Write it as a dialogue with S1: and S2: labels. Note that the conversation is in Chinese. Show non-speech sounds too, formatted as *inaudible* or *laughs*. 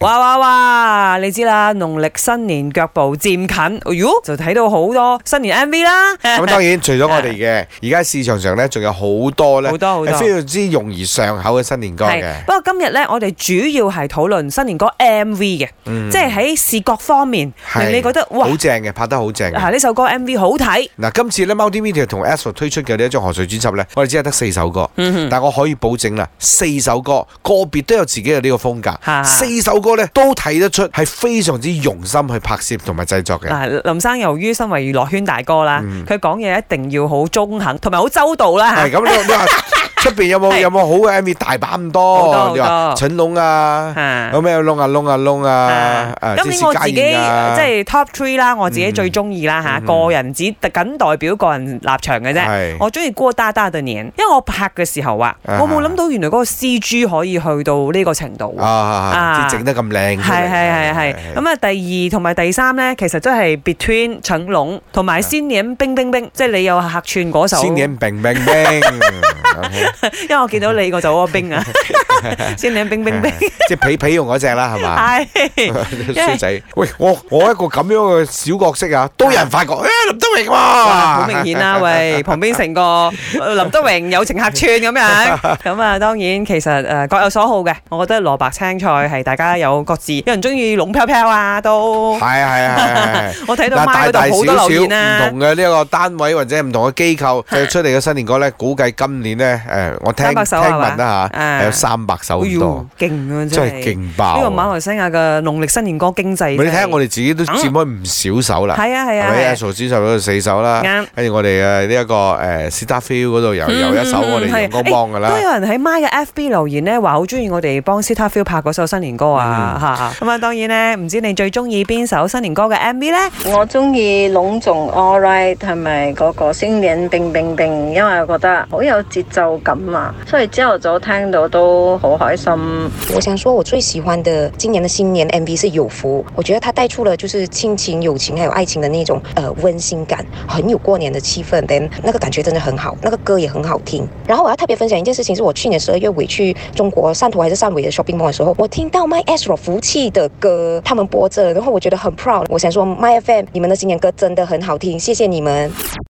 S1: 哇哇哇！你知啦，農曆新年腳步漸近，哎呦就睇到好多新年 M V 啦。 *laughs*
S2: 咁當然，除咗我哋嘅，而家市場上咧仲有好多咧，
S1: 好多好多
S2: 係非常之容易上口嘅新年歌
S1: 係
S2: 嘅。
S1: 不過今日咧，我哋主要係討論新年歌 M V 嘅，即係喺視覺方面，
S2: 係
S1: 令你覺得哇
S2: 好，正嘅，拍得好正嘅。
S1: 啊呢首歌 M V 好睇。
S2: 嗱，今次咧 Multimedia 同 a s t r o 推出嘅呢一張河水專輯咧，我哋只係得四首歌，
S1: 嗯
S2: 但我可以保證啦，四首歌個別都有自己嘅呢個風
S1: 嚇
S2: 格，四首歌咧都睇得出係非常之用心去拍攝同埋製作嘅。
S1: 嗱，林生由於身為娛樂圈大哥啦，佢講嘢一定要好中肯，同埋好周到啦
S2: 係咁，你你
S1: *laughs*
S2: 話出邊有冇
S1: 係
S2: 有冇好嘅 MV 大把咁
S1: 好多好多
S2: 多？你話陳龍啊，
S1: 嚇
S2: 有咩窿啊窿啊窿啊，誒
S1: 今
S2: 即
S1: 年
S2: 是
S1: 我
S2: 家
S1: 自己
S2: 燕啊嗯
S1: 即係 top three 啦，我自己最中意啦嚇，個人只僅代表個人立場嘅啫
S2: 係。
S1: 我中意郭打打對年，因為我拍嘅時候啊，
S2: 啊
S1: 我冇諗到原來嗰個 CG 可以去到呢個程度
S2: À,
S1: 喎。
S2: 啊，
S1: 啊
S2: 即係整得咁靚出嚟。
S1: 係係係係，咁啊第二同埋第三咧，其實都係 Between 陳龍同
S2: 啊
S1: 埋先年冰冰冰，即係你有客串嗰首。
S2: 先年平平平，OK，
S1: 因為我見到你個就嗰個冰
S2: *laughs*
S1: 啊， *laughs* 先年冰冰冰，
S2: 即係皮皮用嗰只啦，係嘛？ *laughs*
S1: 係。 *laughs*
S2: 衰仔，喂，我我一個咁樣嘅小角色啊，都有人發覺，誒林德榮
S1: 哇， *laughs* 好
S2: 喎，
S1: 明顯
S2: *laughs*
S1: 啦，喂，旁邊成個呃林德榮友情客串咁
S2: *laughs*
S1: 樣，咁啊當然其實誒、呃各有所好嘅，我覺得蘿蔔青菜係大家有各自，有人中意龍飄飄啊都
S2: 係，係係係。
S1: 我睇到
S2: 嗱，
S1: 媽
S2: 大
S1: 嗰度
S2: 大
S1: 好
S2: 小
S1: 多留
S2: 小唔
S1: 言啊
S2: 同，嘅呢個單位或者唔同嘅機構，佢出嚟嘅新年歌咧，估計今年咧，誒，我聽
S1: 三
S2: 聽
S1: 百首係嘛
S2: 聞啦
S1: 啊
S2: 嚇，有三百首
S1: 哎
S2: 咁
S1: 呦
S2: 多，
S1: 勁啊
S2: 真
S1: 真
S2: 係
S1: 係，呢
S2: 勁
S1: 個
S2: 爆
S1: 馬
S2: 啊。
S1: 來西亞嘅農曆新年歌經濟
S2: 你
S1: 真係，
S2: 睇下，我哋自己都佔開唔少手啦。
S1: 係啊係
S2: 係
S1: 啊
S2: 咪
S1: 係
S2: 啊？
S1: 啊。
S2: 傻子手嗰度四首啦
S1: 啱，
S2: 跟住我哋嘅呢一個誒 s t a r f i e l 嗰度又
S1: 嗯
S2: 又一首我哋
S1: 嗯係
S2: 陽光幫噶啦
S1: 都。有人喺 My 嘅 FB 留言咧，話好中意我哋幫 Sita Feel 拍嗰首新年歌
S2: 嗯
S1: 啊嚇。咁啊，當然咧，唔知你最中意邊首新年歌嘅 MV 咧？
S3: 我中意隆重 All Right 同埋嗰個星年冰冰冰，因為我覺得好有節奏感啊，所以朝頭早聽到都好開心。
S4: 我想说，我最喜欢的今年的新年 MV 是《有福》，我觉得它带出了就是亲情、友情还有爱情的那种呃温馨感，很有过年的气氛，但那个感觉真的很好，那个歌也很好听。然后我要特别分享一件事情，是我去年十二月尾去中国汕头还是汕尾的 shopping mall 的时候，我听到 My Astro 福气的歌，他们播着，然后我觉得很 proud。我想说，My FM 你们的新年歌真的很好听，谢谢你们。